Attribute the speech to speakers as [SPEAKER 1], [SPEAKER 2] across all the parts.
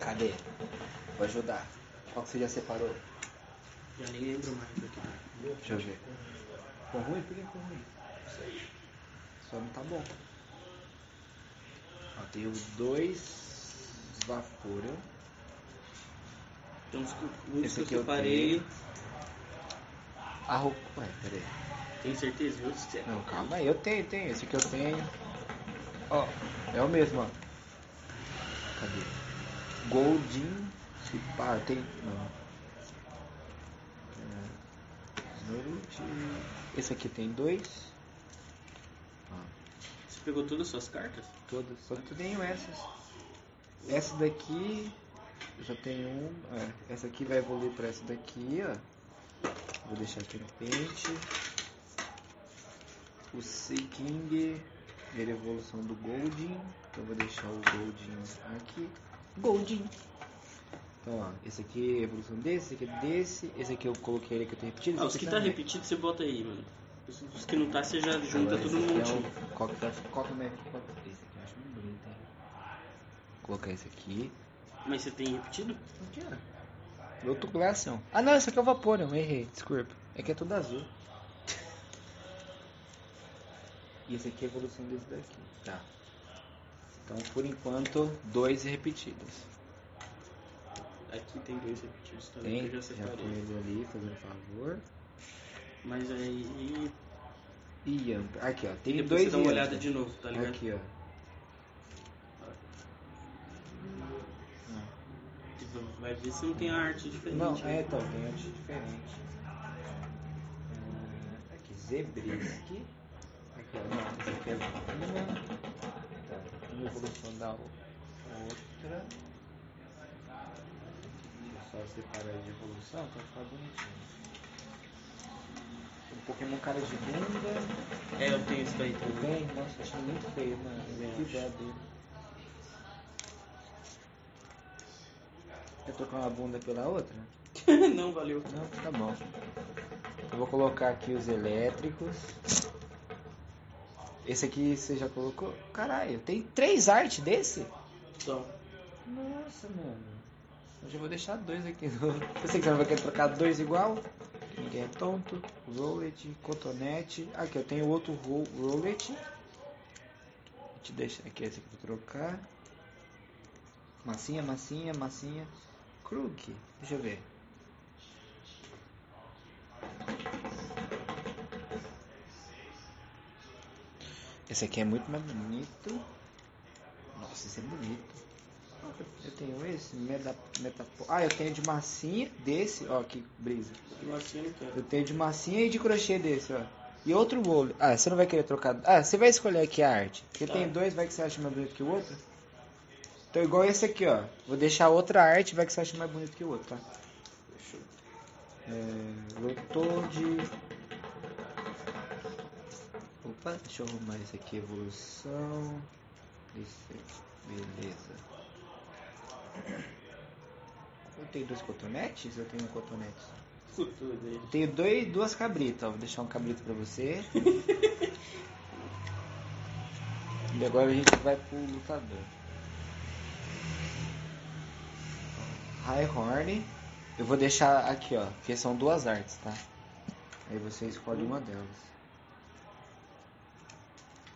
[SPEAKER 1] Cadê? Vou ajudar. Qual que você já separou?
[SPEAKER 2] Já nem lembro mais do que.
[SPEAKER 1] Deixa eu ver. Ficou ruim? Por que ficou ruim? Só não tá bom. Ó, tenho dois Vapora.
[SPEAKER 2] Então, os que- os
[SPEAKER 1] Esse
[SPEAKER 2] que eu
[SPEAKER 1] aqui é eu
[SPEAKER 2] separei.
[SPEAKER 1] A roupa. Ué, peraí.
[SPEAKER 2] Tem certeza? Eu sei.
[SPEAKER 1] Não, calma aí. Eu tenho, tenho. Esse aqui eu tenho. Ó, é o mesmo, ó. Cadê? Goldin. Se pá, tem. Não. É, Snurut. Esse aqui tem dois.
[SPEAKER 2] Você pegou todas as suas cartas?
[SPEAKER 1] Todas. Só que eu tenho essas. Essa daqui. Eu já tenho um. é, essa aqui vai evoluir pra essa daqui, ó. Vou deixar aqui no pente. O Sea King. Ele é a evolução do Goldin. Então eu vou deixar o Goldin aqui. Goldin. Então, ó, esse aqui é a evolução desse, esse aqui é desse, esse aqui eu coloquei ele que eu tenho repetido.
[SPEAKER 2] Ah,
[SPEAKER 1] esse
[SPEAKER 2] os
[SPEAKER 1] aqui
[SPEAKER 2] que tá
[SPEAKER 1] também.
[SPEAKER 2] repetido você bota aí, mano. Os os que não tá você já junta
[SPEAKER 1] Agora,
[SPEAKER 2] tudo no
[SPEAKER 1] esse aqui
[SPEAKER 2] montinho.
[SPEAKER 1] é o- Qual que tá? Qual que é? Qual que é? Esse aqui eu acho muito bonito, hein? Vou colocar esse aqui.
[SPEAKER 2] Mas você tem repetido?
[SPEAKER 1] Eu tô com glacião. Ah não, esse aqui é o Vaporeon, eu errei, desculpa. É que é tudo azul. E esse aqui é a evolução desse daqui. Tá. Então por enquanto, dois repetidos.
[SPEAKER 2] Aqui tem dois repetidos também
[SPEAKER 1] Tem?
[SPEAKER 2] que eu já
[SPEAKER 1] Já põe
[SPEAKER 2] separei.
[SPEAKER 1] ele ali, fazendo favor.
[SPEAKER 2] Mas aí.
[SPEAKER 1] E Yamp. Aqui ó,
[SPEAKER 2] E
[SPEAKER 1] tem
[SPEAKER 2] depois você
[SPEAKER 1] dois
[SPEAKER 2] dá uma
[SPEAKER 1] Yamp.
[SPEAKER 2] olhada de novo, tá ligado?
[SPEAKER 1] Aqui ó.
[SPEAKER 2] Tipo, Vai ver se não tem a arte diferente.
[SPEAKER 1] Não,
[SPEAKER 2] né?
[SPEAKER 1] é, então, tem antes diferente. Ah, Aqui, Zebriski. Aqui, ó, não, essa aqui é uma. Tá, uma evolução da o- outra. Deixa eu só separar de evolução pra ficar bonitinho. Um Pokémon cara de bunda.
[SPEAKER 2] É, eu tenho isso daí
[SPEAKER 1] Tá
[SPEAKER 2] também.
[SPEAKER 1] Bem, nossa, eu achei muito feio, mano. é
[SPEAKER 2] Também
[SPEAKER 1] Que
[SPEAKER 2] acho.
[SPEAKER 1] ideia dele. Quer trocar uma bunda pela outra?
[SPEAKER 2] não, valeu.
[SPEAKER 1] Não, tá bom. Eu vou colocar aqui os elétricos. Esse aqui você já colocou? Caralho, tem três artes desse?
[SPEAKER 2] Então,
[SPEAKER 1] Nossa, mano. Eu já vou deixar dois aqui. Eu sei que você não vai querer trocar dois igual. Ninguém é tonto. Rollet, cotonete. Aqui, eu tenho outro ro rollet. Vou te deixar aqui esse aqui pra trocar. Massinha, massinha, massinha. Krug. Deixa eu ver. Esse aqui é muito mais bonito. Nossa, esse é bonito. Eu tenho esse, meta, meta, ah, eu tenho de massinha desse, ó, que brisa.
[SPEAKER 2] eu assim eu não quero.
[SPEAKER 1] Eu tenho de massinha e de crochê desse, ó. E outro bolo. Ah, você não vai querer trocar. Ah, você vai escolher aqui a arte. Porque
[SPEAKER 2] Tá.
[SPEAKER 1] tem dois, vai que você acha mais bonito que o outro. Então, igual esse aqui, ó. Vou deixar outra arte, vai que você acha mais bonito que o outro, tá?
[SPEAKER 2] Fechou.
[SPEAKER 1] É, lotou de. Opa, deixa eu arrumar esse aqui, evolução. Esse aqui, beleza. Eu tenho dois cotonetes? Eu tenho um cotonete. só.
[SPEAKER 2] Puta, velho.
[SPEAKER 1] Eu tenho dois, duas cabritas, ó. Vou deixar um cabrito pra você. e agora a gente vai pro lutador. High Horn. Eu vou deixar aqui, ó. Porque são duas artes, tá? Aí você escolhe uma delas.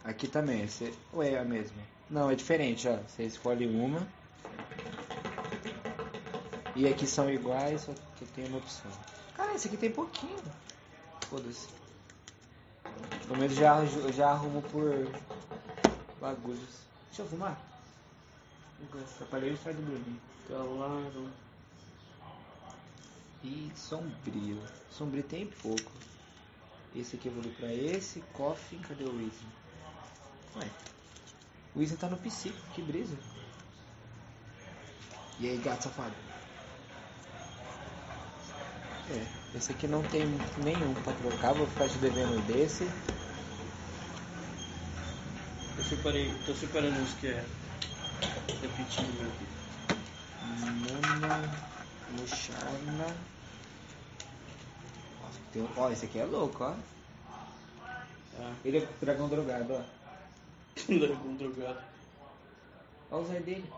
[SPEAKER 1] Aqui também, você. Ou é a mesma? Não, é diferente, ó. Você escolhe uma. E aqui são iguais, só que tem uma opção. Cara, esse aqui tem pouquinho. Foda-se. Pelo menos já, arranjo- já arrumo por bagulhos. Deixa eu fumar. Nunca atrapalhei o sai do Bruninho.
[SPEAKER 2] Calaram.
[SPEAKER 1] E sombrio. Sombrio tem pouco. Esse aqui eu vou evolui pra esse. Coffin, cadê o Weezing? Ué. O Weezing tá no psico, que brisa. E aí, gato safado? É, esse aqui não tem nenhum pra trocar, vou ficar te devendo desse.
[SPEAKER 2] Eu separei. Tô separando os que é. Repetindo meu aqui.
[SPEAKER 1] Nana, Muxana. Nossa, tem... Ó, esse aqui é louco, ó.
[SPEAKER 2] Tá.
[SPEAKER 1] Ele é dragão drogado, ó.
[SPEAKER 2] Dragão Ah, um drogado.
[SPEAKER 1] Olha o zóio dele.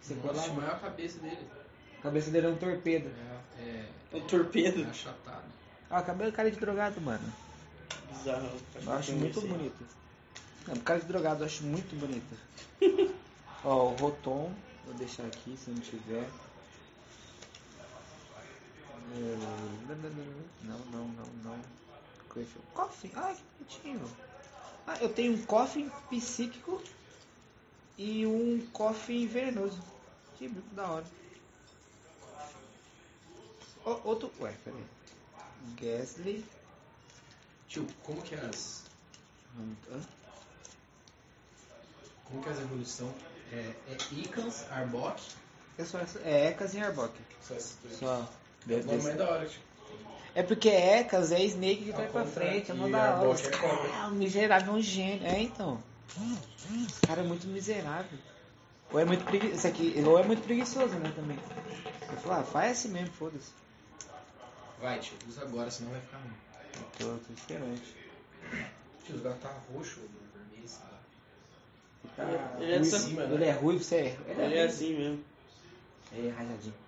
[SPEAKER 1] Você
[SPEAKER 3] Nossa,
[SPEAKER 1] põe lá,
[SPEAKER 3] maior a cabeça dele.
[SPEAKER 1] a cabeça dele é um torpedo.
[SPEAKER 3] É,
[SPEAKER 2] É um
[SPEAKER 3] é,
[SPEAKER 2] torpedo.
[SPEAKER 3] achatado.
[SPEAKER 1] Ah, cabelo cara de drogado, mano.
[SPEAKER 2] Bizarro.
[SPEAKER 1] Eu acho muito
[SPEAKER 2] Assim.
[SPEAKER 1] bonito. Não, cara de drogado, eu acho muito bonito. Ó, o Rotom, vou deixar aqui se não tiver. É, Não, não, não, não. Coisa- Coffin, ai que bonitinho. Ah, eu tenho um coffin psíquico e um coffin venenoso. Que bico da hora. Ó, outro. Ué, peraí. Gasly.
[SPEAKER 3] Tio, como que é as,
[SPEAKER 1] Hã?
[SPEAKER 3] como que é as evolução? É, é Icans, Arbok,
[SPEAKER 1] É só essa. É Ecas e Arbok.
[SPEAKER 3] só essas duas.
[SPEAKER 1] Só.
[SPEAKER 3] O nome é da hora, tio.
[SPEAKER 1] É porque Ecas é Snake que
[SPEAKER 3] Ao
[SPEAKER 1] vai pra
[SPEAKER 3] contrário,
[SPEAKER 1] frente, é mó
[SPEAKER 3] e
[SPEAKER 1] da hora.
[SPEAKER 3] Arbok é cobra.
[SPEAKER 1] Ah, o miserável é um gênio. É então. Esse cara é muito miserável. Ou é muito preguiçoso. Esse aqui, ou é muito preguiçoso, né, também. Eu falo, ah, faz assim mesmo, foda-se.
[SPEAKER 3] Vai, tio, usa agora, senão vai ficar ruim.
[SPEAKER 1] Tô, tô esperando.
[SPEAKER 3] Tio, o gato tá roxo, mano, vermelho, sei lá.
[SPEAKER 1] Tá
[SPEAKER 2] Ele é
[SPEAKER 1] ruivo.
[SPEAKER 3] essa-
[SPEAKER 1] Tá
[SPEAKER 3] né?
[SPEAKER 1] Ele é ruivo, você é.
[SPEAKER 2] Ele é assim mesmo.
[SPEAKER 1] É rajadinho.